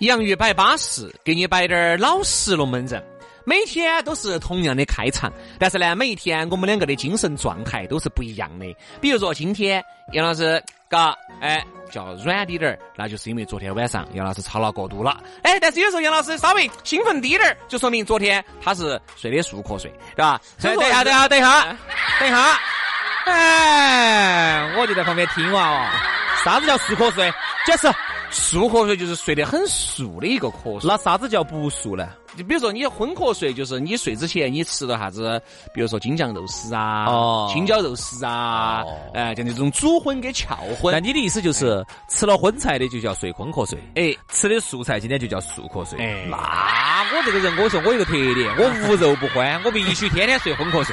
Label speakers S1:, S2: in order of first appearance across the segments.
S1: 洋芋摆巴适，给你摆点儿老实龙门阵。每天都是同样的开场，但是呢，每一天我们两个的精神状态都是不一样的。比如说今天杨老师，嘎，哎，叫软滴点儿，那就是因为昨天晚上杨老师操劳过度了。哎，但是有时候杨老师稍微兴奋低点儿，就说明昨天他是睡的熟瞌睡，对吧？
S2: 哎等一下，等一下，等一下，等一下！哎，我就在旁边听哇哦。啥子叫熟瞌睡？解释。
S1: 熟瞌睡就是睡得很熟的一个瞌睡。
S2: 那啥子叫不熟呢？
S1: 就比如说你昏瞌睡，就是你睡之前你吃了啥子，比如说京酱肉丝啊，
S2: 哦
S1: 青椒肉丝啊，
S3: 哦
S1: 哎、像这种煮荤跟翘
S2: 那
S1: 荤，
S2: 你的意思就是吃了荤菜的就叫睡昏瞌睡，
S1: 哎
S2: 吃的素菜今天就叫素瞌睡。
S1: 哎
S2: 那
S3: 我这个人，我说我有个特点，我无肉不欢，我必须天天睡昏瞌睡。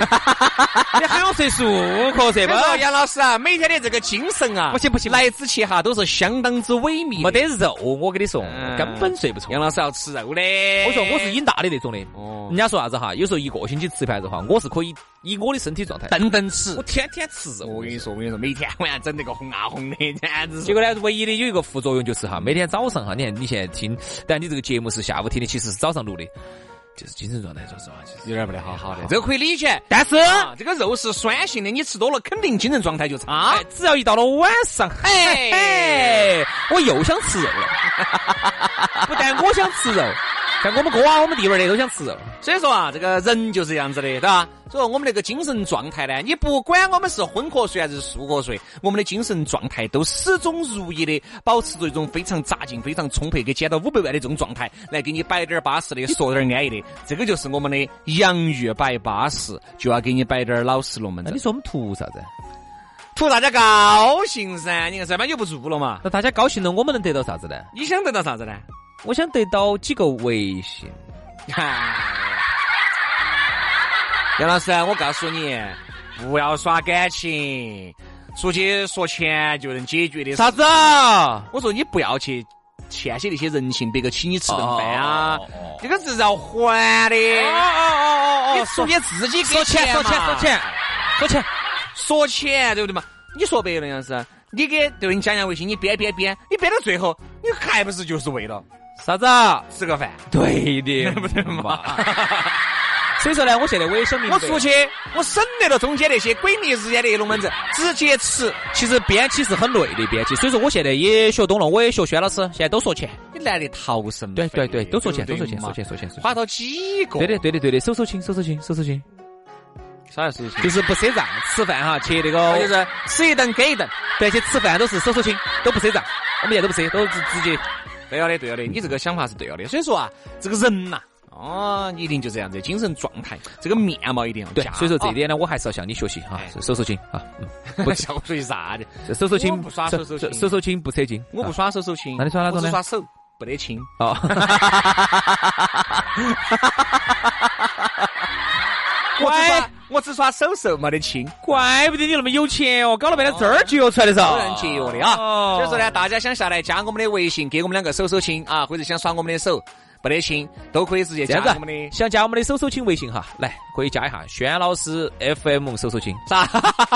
S3: 你喊我睡熟瞌睡
S1: 这
S3: 吧
S1: 个？杨老师啊，每天的这个精神啊，
S3: 不行不行
S1: 来之前哈都是相当之萎靡
S3: 没
S1: 的。
S3: 得肉，我跟你说，
S1: 嗯
S3: 根本睡不着。
S1: 杨老师要吃肉的，
S3: 我说我是瘾大的那种的。
S1: 哦
S3: 人家说啥子哈？有时候一个星期吃一盘肉哈，我是可以以我的身体状态，
S1: 顿顿吃
S3: 我。天天吃肉。
S1: 我跟你说，我跟你说，每天晚上整那个红啊红的，简直
S3: 结
S1: 是。
S3: 果呢，唯一的有一个副作用就是哈，每天早上哈，你看你现在听，但你这个节目是下午听的，其实是早上录的，就是精神状态，说实话，就是
S1: 有点不得好好的，这个可以理解。
S3: 但是
S1: 啊，这个肉是酸性的，你吃多了肯定精神状态就差
S3: 哎。，只要一到了晚上，
S1: 啊哎
S3: 哎，我又想吃肉了。 不但我想吃肉，像我们哥啊、我们弟儿的都想吃肉。
S1: 所以说啊，这个人就是这样子的，对吧？所以说我们那个精神状态呢，你不管我们是昏瞌睡还是熟瞌睡，我们的精神状态都始终如一的保持着一种非常扎劲、非常充沛，给捡到五百万的这种状态，来给你摆点儿巴适的，说点儿安逸的。这个就是我们的洋芋摆巴适，就要给你摆点儿老实龙门
S3: 那
S1: 阵
S3: 你，说我们图啥子？
S1: 图大家高兴噻。你看上班就不做了嘛，
S3: 那大家高兴了，我们能得到啥子呢？
S1: 你想得到啥子呢？
S3: 我想得到几个微信。
S1: 杨老师，我告诉你，不要耍感情，出去说钱就能解决的。
S3: 啥？子？啊
S1: 我说你不要去欠些那些人情，别个请你吃顿饭啊
S3: 哦哦哦哦，
S1: 这个是要还的。
S3: 哦
S1: 你出去自己给
S3: 说钱，说
S1: 嘛
S3: 钱，说，钱，说钱。
S1: 说钱，对不对嘛？你说白了，杨老师，你给对你加下微信，你编编编，你编到最后，你还不是就是为了啊
S3: 啥子？
S1: 吃个饭？
S3: 对 的，不对嘛？所以说呢，我现在我也想明白，
S1: 我出去，我省略了中间那些鬼迷日眼的龙门阵，直接吃。
S3: 其实编辑是很累的编辑，所以说我现在也学懂了，我也学轩老师，现在都说钱。
S1: 你来的逃生
S3: 对对
S1: 费
S3: 对，都说钱，都
S1: 对不
S3: 说
S1: 对
S3: 钱，
S1: 嘛
S3: 说钱，说钱，说钱。
S1: 花到几个？
S3: 对的，对的，对的，手手亲，手手亲，手手亲，
S1: 啥事情？
S3: 就是不赊账，吃饭哈，去那
S1: 我
S3: 个，
S1: 啊就是吃一顿给一顿。
S3: 对，去吃饭都是手手亲，都不赊账，我们现在都不赊，都直直接。
S1: 对了的，对了的，你这个想法是对了的。所以说啊，这个人呐、哦，你一定就这样子，精神状态，这个面貌一定要
S3: 对
S1: 加，
S3: 所以说这一
S1: 哦
S3: 点呢，我还是要向你学习哈
S1: 哎，
S3: 手手亲啊，
S1: 不哦 笑出去啥的。
S3: 嗯手手亲
S1: 我不耍，手手亲
S3: 手手亲不扯筋，
S1: 我不
S3: 啊
S1: 耍手手亲，
S3: 那你耍哪种
S1: 我只
S3: 呢
S1: 耍手，不得亲。
S3: 哦，
S1: 我只耍
S3: 乖
S1: 哎我只耍手手，没得亲。
S3: 怪不得你那么有钱哦，搞了半天这儿节约出来的噻，
S1: 不能节约的啊。
S3: 哦
S1: 所以说呢，大家想下来加我们的微信，给我们两个手手亲啊，或者想耍我们的手，不得亲，都可以直接
S3: 这
S1: 加
S3: 样子啊
S1: 我们的，。
S3: 想加我们的手手亲微信哈，来可以加一下轩老师 FM 手手亲。
S1: 啥子？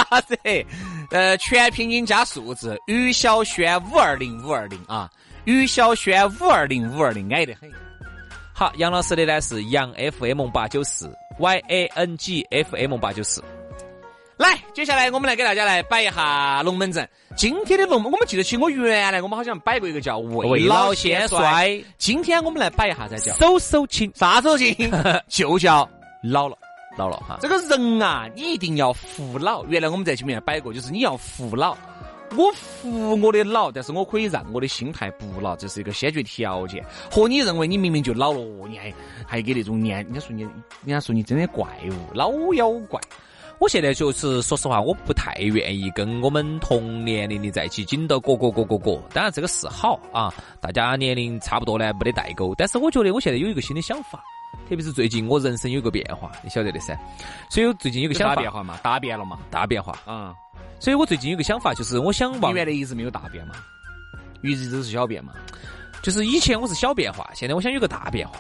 S1: 啊呃，全拼音加数字，于小轩五二零五二零啊，于小轩五二零五二零，矮得很。
S3: 好，杨老师的呢是杨 FM 八九四，Y A N G F M 八九四。
S1: 来，接下来我们来给大家来摆一下龙门阵。今天的龙门，我们记得起我原来我们好像摆过一个叫
S2: 未
S1: 未
S2: 老
S1: 老
S2: 先
S1: 先
S2: 衰
S1: 衰。今天我们来摆一下噻，叫
S2: 手手情
S1: 啥走 进就叫老了。
S2: 老了哈，
S1: 这个人啊，你一定要服老。原来我们在前面摆过，就是你要服老。我服我的老，但是我可以让我的心态不老，这是一个先决条件。和你认为你明明就老了，哦，你还还给那种年，人家说你，人家说你真的怪物，老妖怪。
S2: 我现在就是说实话，我不太愿意跟我们同年龄的在一起紧到裹裹裹裹裹。当然这个是好啊，大家年龄差不多呢，没得代沟。但是我觉得我现在有一个新的想法，特别是最近我人生有一个变化，你晓得的噻。所以我最近有
S1: 有
S2: 个想
S1: 大
S2: 法，
S1: 变化嘛？大变了嘛？
S2: 大变化。
S1: 啊、
S2: 所以我最近有个想法，就是我想
S1: 你
S2: 往，
S1: 原来一直没有大变嘛？一直都是小变嘛？
S2: 就是以前我是小变化，现在我想有个大变化。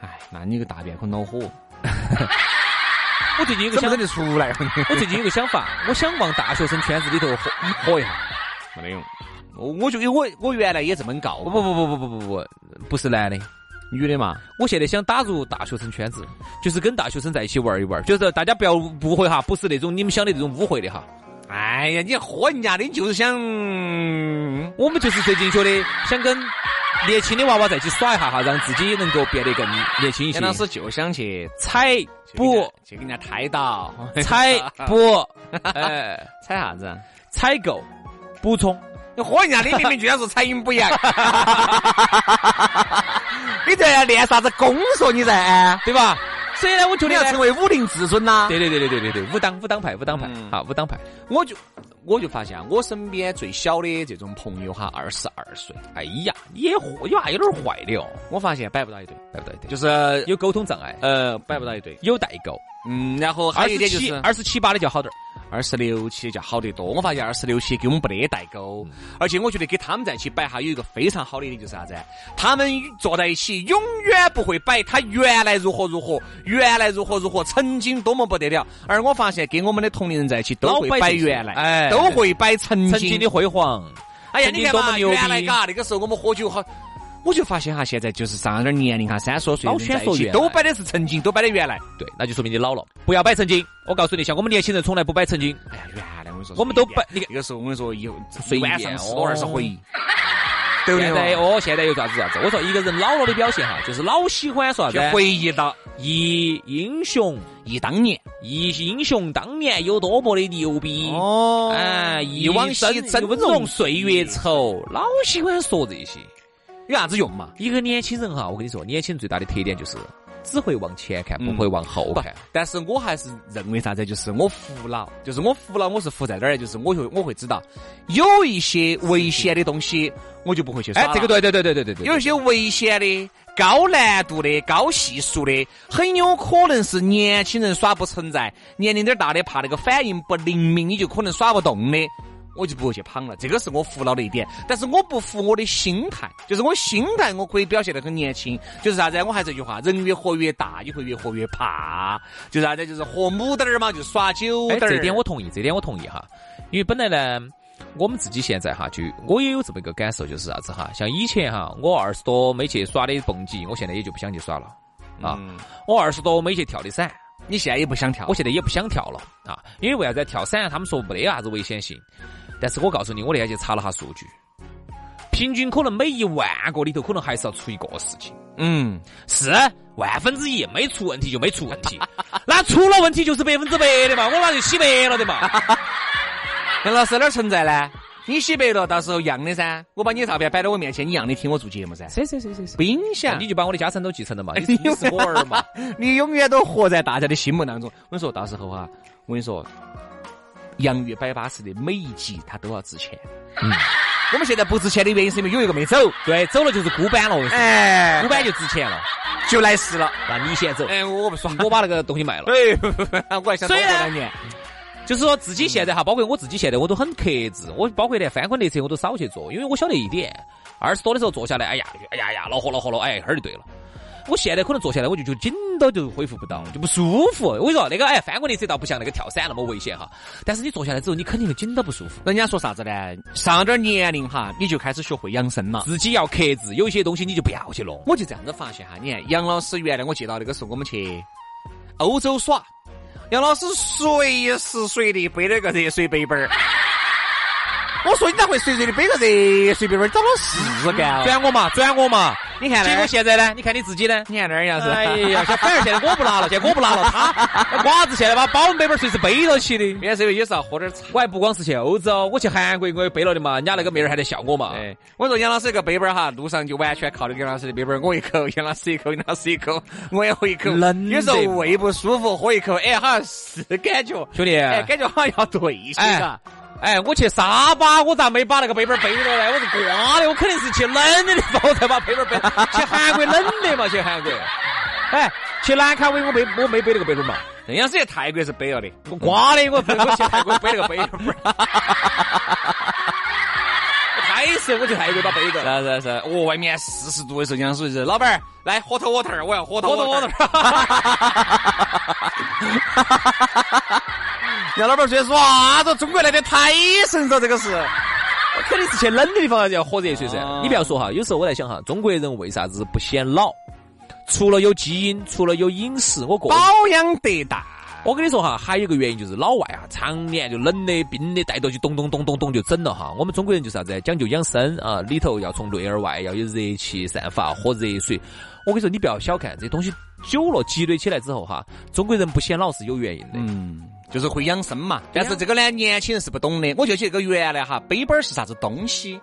S1: 哎，那你个大变可恼火，
S2: 我最近有个
S1: 怎
S2: 想
S1: 么，得出来？
S2: 我最近有个想法，我想往大学生圈子里头火火一下。
S1: 没得用。我我就我我原来也这么告
S2: 不
S1: 过，
S2: 不不不不不不不，不是男的。
S1: 女的嘛，
S2: 我现在想打入大学生圈子，就是跟大学生在一起玩一玩，就是大家不要误会哈，不是那种你们想的那种误会的哈。
S1: 哎呀，你喝人家的，你就是想，嗯
S2: 我们就是最近觉得想跟年轻的娃娃在一起耍一下哈，让自己能够变得更年轻一些
S1: 杨。老师就想去
S2: 踩
S1: 不
S2: 不
S1: 去给人家抬到，
S2: 踩不，哎，
S1: 踩啥子？
S2: 采购补充，
S1: 你喝人家的，明明就要说采阴补 阳，你这要练啥子功说你在？
S2: 对吧？所以呢，我觉
S1: 就
S2: 得
S1: 你要成
S2: 呢
S1: 为武林至尊呐！
S2: 对对对对对对对，武当武当派武当派
S1: 嗯
S2: 啊，武当派。
S1: 我就我就发现我身边最小的这种朋友哈，二十二岁，
S2: 哎呀，你也火你娃有点坏的哦，
S1: 我发现摆不到一堆，
S2: 对不对？
S1: 就
S2: 就
S1: 是是
S2: 有沟通障碍，
S1: 呃摆不到一堆，
S2: 有代沟。
S1: 嗯，然后还
S2: 二
S1: 有一
S2: 十
S1: 点就
S2: 七
S1: 是
S2: 二十七八的就好点儿。
S1: 二十六期就好得多。我发现二十六期跟我们没得代
S2: 嗯
S1: 沟，而且我觉得跟他们在一起摆哈有一个非常好的一点就是啥子？他们坐在一起永远不会摆他原来如何如何，原来如何如何，曾经多么不得了。而我发现跟我们的同龄人在一起都会
S2: 老摆
S1: 摆
S2: 这些
S1: 原来，
S2: 哎
S1: 都会摆曾
S2: 曾
S1: 经
S2: 经的。辉煌，
S1: 哎呀，
S2: 曾
S1: 你
S2: 经
S1: 看
S2: 多么
S1: 嘛，
S2: 牛逼
S1: 原来嘎，那个时候我们喝酒好。我就发现哈，现在就是上了点年龄哈，三十多岁
S2: 老
S1: 的人
S2: 选
S1: 在一
S2: 说
S1: 起
S2: 原来
S1: 都摆的是曾经，都摆的原来。
S2: 对，那就说明你老了。不要摆曾经，我告诉你，像我们年轻人从来不摆曾经。
S1: 哎呀，原来我跟你说，
S2: 我们都摆
S1: 那个时候我跟你说，有
S2: 随便
S1: 晚上十多
S2: 哦
S1: 二十回，
S2: 现在哦，现在有啥子啥子？我说一个人老了的表现哈，就是老喜欢说啥
S1: 就
S2: 子？
S1: 回忆到
S2: 忆英雄，
S1: 忆当年，
S2: 忆英雄当年有多么的牛逼。
S1: 哦
S2: 哎，
S1: 忆
S2: 忆
S1: 往
S2: 往
S1: 昔
S2: 昔
S1: 峥
S2: 峥嵘岁月稠，老喜欢说这些。
S1: 有啥子用嘛？
S2: 一个年轻人哈，我跟你说，年轻人最大的特点就是只会往前看，不
S1: 嗯
S2: 会往后
S1: 不
S2: 看。，
S1: 但是我还是认为啥子，就是我服老，就是我服老，我是服在哪儿呢？就是我会我会知道有一些危险的东西，我就不会去耍
S2: 哎
S1: 了。，
S2: 这个对对对对对对对，
S1: 有一些危险的、高难度的、高系数的，很有可能是年轻人耍不存在，年龄点儿大的怕那个反应不灵敏，你就可能耍不动的。我就不会去捧了，这个是我服老的一点，但是我不服我的心态，就是我心态我可以表现得很年轻，就是啥子？啊我还是这句话，人越活越大，你会越活越怕，就是啥子？啊就是活母点儿嘛，就耍酒
S2: 哎，
S1: 点儿。
S2: 这点我同意，这点我同意哈。因为本来呢，我们自己现在哈，就我也有这么一个感受，就是啥子哈，像以前哈，我二十多没去耍的蹦极，我现在也就不想去耍了啊。
S1: 嗯
S2: 我二十多没去跳的伞，
S1: 你现在也不想跳，
S2: 我现在也不想跳了啊。因为为啥子跳伞？他们说没得啥子危险性，但是我告诉你，我那天去查了下数据，平均可能每一万个里头，可能还是要出一个事情。
S1: 嗯，
S2: 是万分之一没出问题就没出问题，那出了问题就是百分之百的嘛，我那就洗白了的嘛。
S1: 杨老师哪儿存在呢？你洗白了，到时候一样的噻。我把你的照片摆到我面前，你一样的听我做节目噻，
S2: 谁谁谁谁谁。
S1: 不影响
S2: 那你。就把我的家产都继承了 嘛？哎你你是我儿
S1: 哎
S2: 嘛？
S1: 你永远都活在大家的心目当中。我跟你说，到时候哈、我跟你说，《洋芋摆巴士》的每一集它都要值钱。
S2: 嗯
S1: 我们现在不值钱的原因是因为有一个没走，
S2: 对，走了就是孤板了，我跟你说
S1: 哎
S2: 孤板就值钱了。
S1: 就来事了。
S2: 那你先走，
S1: 哎，我不耍，
S2: 我把那个东西卖了。
S1: 哎，我还想多
S2: 所
S1: 活
S2: 以呢
S1: 两年。
S2: 就是说自己现在哈，包括我自己现在我都很克制，我包括连翻滚列车我都少去坐，因为我晓得一点，二十多的时候坐下来，哎呀，哎呀呀，恼火恼火了，哎，哈儿就对了。我现在可能坐下来，我就就紧到就恢复不到，就不舒服。我跟你说，那个哎，翻滚列车倒不像那个跳伞那么危险哈，但是你坐下来之后，你肯定会紧到不舒服。
S1: 人家说啥子呢？上了点年龄哈，你就开始学会养生了。
S2: 自己要克制，有一些东西你就不要去弄。
S1: 我就这样子发现哈，你看杨老师原来我记到那个时候我们去欧洲耍，杨老师随时随地背了个热水杯杯 儿。我说你咋会随随地背个热水杯杯儿？找到事干 了。
S2: 转我嘛，转我嘛。
S1: 你看呢
S2: 结果现在呢？你看你自己呢？
S1: 你看那儿杨
S2: 哎
S1: 是，
S2: 呀，现反而现在我不拿了，现在我不拿了， 他瓜子现在把保温杯杯儿随时背到起的。
S1: 别水有时候喝点茶。
S2: 我还不光是去欧洲，我去韩国我也背了的嘛，人家那个妹儿还在笑我嘛。
S1: 哎，我说杨老师这个背包儿哈，路上就完全靠那个杨老师的背包儿，我一口，杨老师一口， 杨老师一口，我也喝一口。
S2: 冷
S1: 有时候
S2: 得嘛
S1: 胃不舒服，喝一口， 哎，好像是感觉，
S2: 兄弟，
S1: 哎，感觉好像要退休啊
S2: 哎
S1: 了。
S2: 哎，我去沙巴，我咋没把那个背包背着呢？我是刮的，我肯定是去冷的地方我才把背包背。去韩国冷的嘛，去韩国。哎，去兰卡威我没我没背那个背包嘛，
S1: 人家是在泰国是背了的，
S2: 我刮的我
S1: 我去泰国背了个背包儿。
S2: 开始我去泰国把背着。
S1: 是是是，哦，外面四十度的时候，杨叔是老板儿，来喝头我头儿，我要喝头
S2: 我懂我懂
S1: 头。。杨老板儿居然说啥子中国来的太神了，这个是。
S2: 肯定是去冷的地方要喝热水噻
S1: 啊。
S2: 你不要说哈，有时候我在想哈，中国人为啥子不显老？除了有基因，除了有饮食，我个人
S1: 保养得当。
S2: 我跟你说哈，还有一个原因就是老外啊，常年就冷的、冰的带到就咚咚咚咚咚就整了哈。我们中国人就是啥子呢，讲究养生啊，里头要从内而外要有热气散发，喝热水。我跟你说，你不要小看这些东西，久了积累起来之后哈，中国人不显老是有原因的。
S1: 嗯，就是会养生嘛。但是这个呢，年轻人是不懂的。我就记得这个原来哈，背包儿是啥子东西，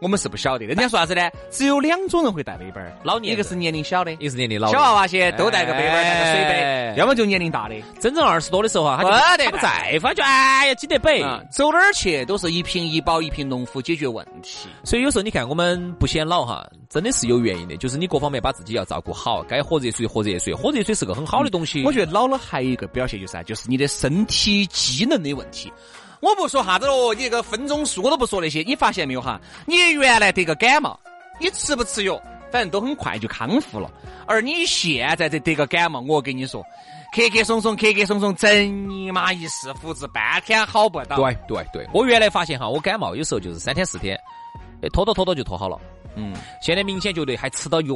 S1: 我们是不晓得的。人家说啥子呢？只有两种人会带背包儿，
S2: 老年人
S1: 一个是年龄小的。
S2: 也是年龄老
S1: 小
S2: 了，
S1: 娃娃些都带个背包儿，带个水
S2: 哎
S1: 杯，要么就年龄大的，
S2: 真正二十多的时候哈，啊他就
S1: 没得
S2: 他不在乎，他就哎呀，紧得背。
S1: 啊，走哪儿去都是一瓶一包，一瓶农夫解决问题。
S2: 所以有时候你看，我们不显老哈，真的是有原因的，就是你各方面把自己要照顾好，该喝热水喝热水，喝热水是个很好的东西。
S1: 我觉得老了还有一个表现就是啥，就是你的身体机能的问题。我不说啥子哦，你这个分钟数我都不说那些，你发现没有哈？你原来得个感冒，你吃不吃药，反正都很快就康复了。而你现在这得个感冒，我跟你说，咳咳松松，咳咳松松，整你妈一世胡子，半天好不到。
S2: 对对对，我原来发现哈，我感冒有时候就是三天四天，哎拖到拖到就拖好了。
S1: 嗯，
S2: 现在明显觉得还吃到药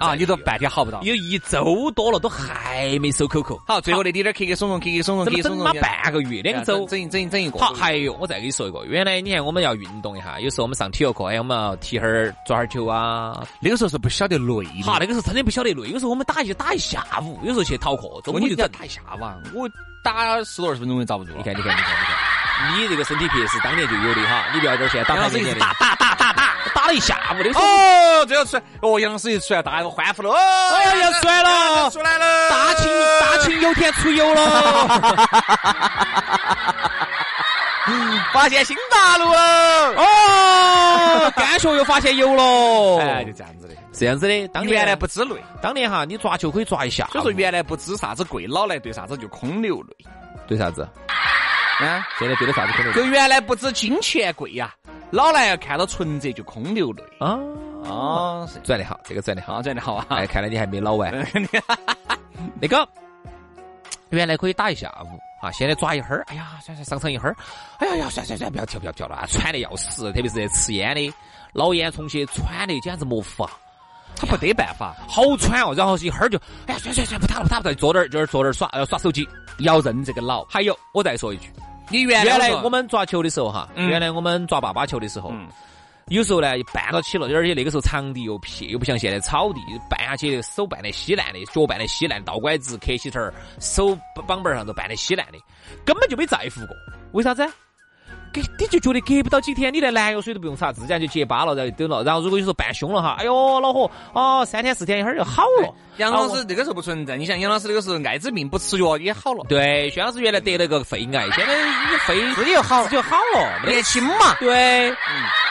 S1: 啊，你
S2: 都
S1: 都半天好不到。
S2: 有一周多了，都还没收口口。
S1: 好，最后那滴点咳咳松松，咳咳松松，
S2: 怎
S1: 咳
S2: 么
S1: 咳
S2: 整
S1: 松啊
S2: 嘛
S1: 松，
S2: 半个月两周？
S1: 整一整一整一个。
S2: 好，还有我再给你说一个，原来你看我们要运动一下，有时候我们上体育课，哎，我们要踢哈儿抓哈儿球啊。
S1: 那个时候是不晓得累的。
S2: 哈，那个时候真的不晓得累，有时候我们打一打一下午，有时候去逃课，中午
S1: 你
S2: 就
S1: 要
S2: 整。
S1: 打一下吧，我打十多二十分钟也遭不住了。
S2: 你看，你看，你看，你看，你这个身体皮是当年就有的哈，你不要这儿现在打
S1: 杨老
S2: 太
S1: 师
S2: 明
S1: 一直
S2: 显的
S1: 打。打打打打，
S2: 打了一下午的时候，
S1: 哦，最后出来，哦，杨老师一出来，大家都欢呼了，哦，
S2: 哎呀，要出来了，
S1: 出来了，
S2: 大庆大庆有天出游了，
S1: 发现新大陆了，
S2: 哦，甘蔗又发现有了，
S1: 哎，就这样子的。
S2: 是这样子的。当年
S1: 原来不，知累，
S2: 当年哈，你抓球可以抓一下午，
S1: 所以说原来不知啥子贵，老来对啥子就空流泪
S2: 对啥子？
S1: 啊。
S2: 现在对的啥子可能
S1: 就原来不知金钱贵呀，老来看到存折就空流泪。
S2: 啊？
S1: 哦，是，
S2: 转的好，这个转的好
S1: 好，，这样的好啊。
S2: 哎，看来你还没 老完。那个原来可以打一下午啊，现在抓一会儿，哎呀，算算上场一会儿，哎呀呀，算算算，不要跳不要跳了，啊，喘的要死，特别是这吃烟的，老烟囱些喘的简直没法，
S1: 他不得办法，
S2: 好喘哦，然后一会儿就，哎呀，算算算，不打了不打了不打了，坐那儿就是坐那儿耍，呃，耍手机。
S1: 要认这个老。
S2: 还有，我再说一句，
S1: 你原
S2: 原来
S1: 来
S2: 我们抓球的时候哈，
S1: 嗯
S2: 原来我们抓爸爸球的时候。
S1: 嗯
S2: 有时候呢，绊到起了，而且那个时候场地又撇，又不像现在草地，绊下去手绊得稀烂的，脚绊得稀烂，倒拐子、磕膝头儿，手绑板儿上都绊得稀烂的，根本就没在乎过。为啥子？给你就觉得隔不到几天，你连蓝药水都不用擦，自然就结疤了，然后就抖了。然后如果有时候绊凶了哈，哎呦恼火，哦，三天四天一会儿就好了。
S1: 哦杨老师那个时候不存在，你想杨老师那个时候艾滋病不吃药也好了，
S2: 对，薛老师原来得了个肺癌，现在你肺
S1: 自己又好了
S2: 就好了，没得
S1: 年轻嘛。
S2: 对，嗯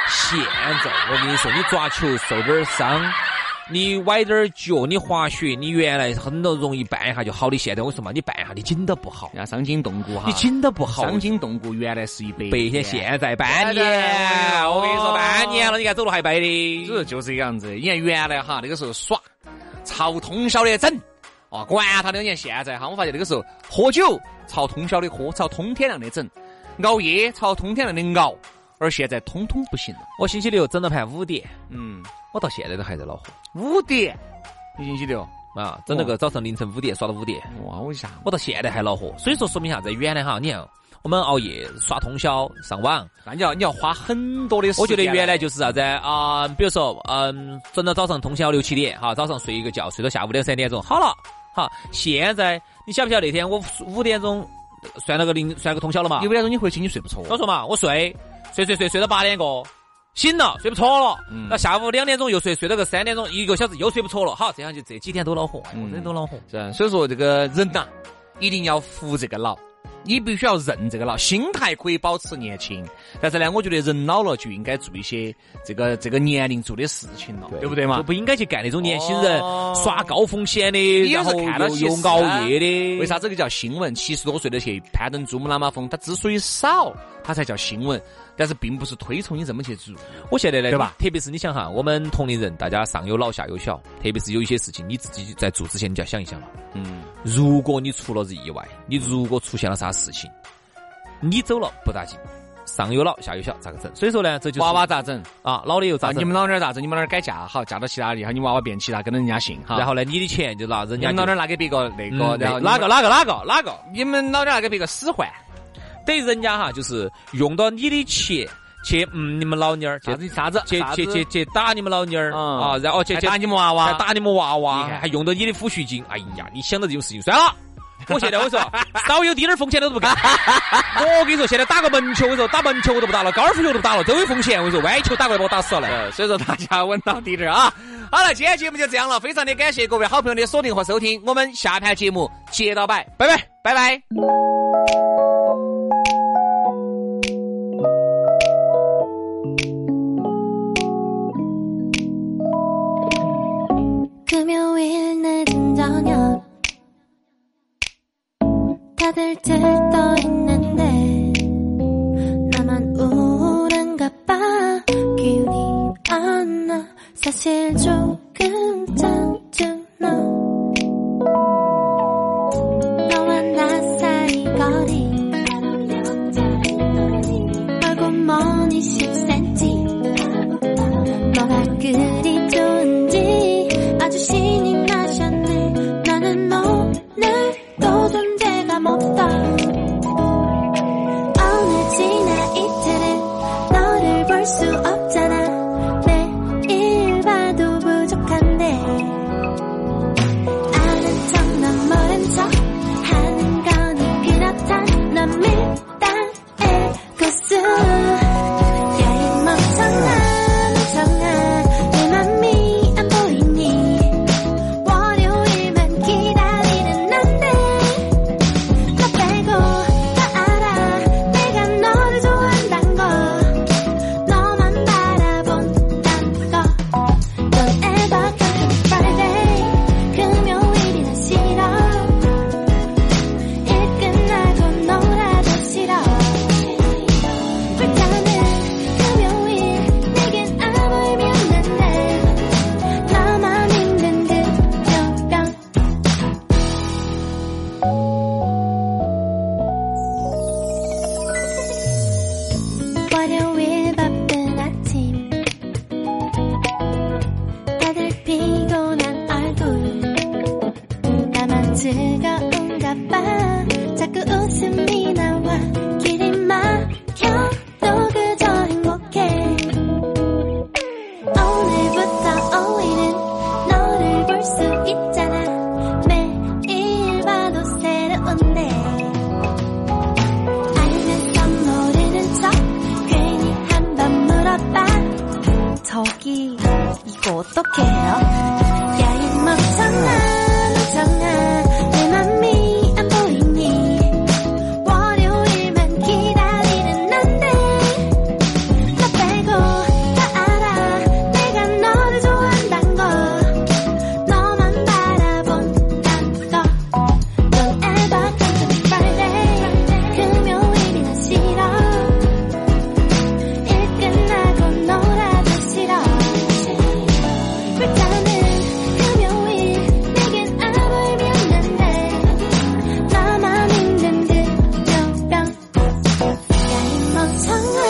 S2: 现在我跟你说，你抓球受点儿伤，你崴点儿脚，你滑雪，你原来很多容易绊一下就好的，现在我说嘛，你绊一下你筋都不好，
S1: 人家伤筋动骨哈，
S2: 你筋都不好。
S1: 伤筋动骨原来是一百
S2: 背天，现在半年，我跟你说半年了，你看走路还掰
S1: 就是
S2: 的。
S1: 就是这个样子。你看原来哈那个时候耍，吵通宵的整，啊，管他的。你看现在哈，我发现那个时候喝酒吵通宵的喝，吵通天亮的整，熬夜吵通天亮的熬，而现在通通不行了。
S2: 我星期六整到盘五点，
S1: 嗯，
S2: 我到现在都还在恼火。
S1: 五点，你星期六
S2: 啊，整那个早上凌晨五点耍到五点，
S1: 哦哇，我一下
S2: 我到现在还恼火。所以说说明啥子？原来哈，你看我们熬夜耍通宵上网，
S1: 那你要你要花很多的时间。
S2: 我觉得原来就是啥子啊、比如说嗯，整到早上通宵六七点，哈，早上睡一个觉，睡到下午两三点钟，好了，哈，现在你晓不晓得那天我五点钟算了个零，算个通宵了嘛
S1: 有？点钟你回去你睡不着。啊
S2: 我说嘛，我睡睡睡睡睡到八点过，醒了睡不着了，那、下午两点钟又睡，睡到个三点钟，一个小时又睡不着了。好，这样就这几天都恼火，哎我
S1: 嗯
S2: 人都恼火。
S1: 是啊，所以说这个人呐、一定要服这个老，你必须要认这个老，心态可以保持年轻，但是呢，我觉得人老了就应该做一些这个这个年龄做的事情了，对不对
S2: 就
S1: 嘛？
S2: 不应该去干那种年轻人、
S1: 哦
S2: 耍高风险的，
S1: 你也
S2: 然
S1: 是
S2: 后
S1: 看到
S2: 又
S1: 些
S2: 又
S1: 事啊
S2: 熬夜的。
S1: 为？啥这个叫新闻？七十多岁的去攀登珠穆朗玛峰，它之所以少，它才叫新闻，但是并不是推崇你这么去做。
S2: 我现在呢，
S1: 对吧？
S2: 特别是你想哈，我们同龄人，大家上有老下有小，特别是有一些事情，你自己在做之前，你就要想一想了。
S1: 嗯，
S2: 如果你出了意外，你如果出现了啥事情，你走了不打紧，上有老下有小，咋个整？所以说呢，这就是
S1: 娃娃咋整？
S2: 啊，老的又咋
S1: 啊，
S2: 整？
S1: 你们老娘儿咋整？你们老娘儿改嫁好，嫁到其他地方，你娃娃变其他，跟着人家姓哈。
S2: 然后呢，你的钱就拿人
S1: 你
S2: 家
S1: 们老
S2: 就
S1: 娘儿拿给别个那个，
S2: 嗯
S1: 然后
S2: 哪个
S1: 你们
S2: 哪个哪个哪个，
S1: 你们老娘儿拿给别个使唤。
S2: 等于人家哈，就是用到你的钱去，嗯，你们老娘儿去
S1: 啥子啊啥子
S2: 去
S1: 啥
S2: 去
S1: 子
S2: 去去打你们老娘儿
S1: 嗯
S2: 啊，然后去
S1: 还
S2: 去
S1: 打你们娃娃
S2: 还打你们娃娃，
S1: 你看
S2: 还用到你的抚恤金。哎呀，你想到这种事情算了。我现在我跟你说，稍有滴点儿风险都不干。 我跟你说，现在打个门球，我跟你说打门球我都不打了，高尔夫球我都不打了，都有风险。我跟你说，歪球打过来把我打死了嘞。
S1: 呃，所以说大家稳当滴点儿啊。好了，今天节目就这样了，非常的感谢各位好朋友的锁定和收听，我们下盘节目接到摆，拜拜，拜拜。
S4: 금요일 늦은 저녁 다들 들떠 있는데 나만 우울한가 봐 기운이 안 나 사실 조금 짜증 나 너와 나 사이 거리 멀고 먼 20cm 뭐가 그리 좋은지 아주 신이 나셨네 나는 오늘도 존재감 없다 오늘 지나 이틀은 너를 볼 수 없잖아 매일 봐도 부족한데 아는 척난 모른 척 하는 거니 그렇다 넌 밀당의 고수 야이 멍청한 멍청한 내 맘이 안 보이니 월요일만 기다리는 난데 너 빼고 다 알아 내가 너를 좋아한단 거 너만 바라본단 거넌 ever come Friday 금요일이나 싫어 일 끝나고 놀아도 싫어 불타는 금요일 내겐 아무 의미 없는 날 나만 있는 그녀랑 월요일 바쁜 아침 다들 피곤한 얼굴 나만 즐거운가 봐 자꾸 웃음이 나와 길이 막혀도 그저 행복해 오늘부터 오일은 너를 볼 수 있잖아 매일 봐도 새로운데 알면 넌 모르는 척 괜히 한 번 물어봐 저기 이거 어떡해요? 야이 멍청아 멍청아 내 맘이 안 보이니 월요일만 기다리는 난데 너 빼고 다 알아 내가 너를 좋아한단 거 너만 바라본단 거 Don't ever come to Friday 금요일이나 싫어 일 끝나고 놀아도 싫어 불타는 금요일 내겐 아무 의미 없는데 나만 있는 그녀랑 야이 멍청아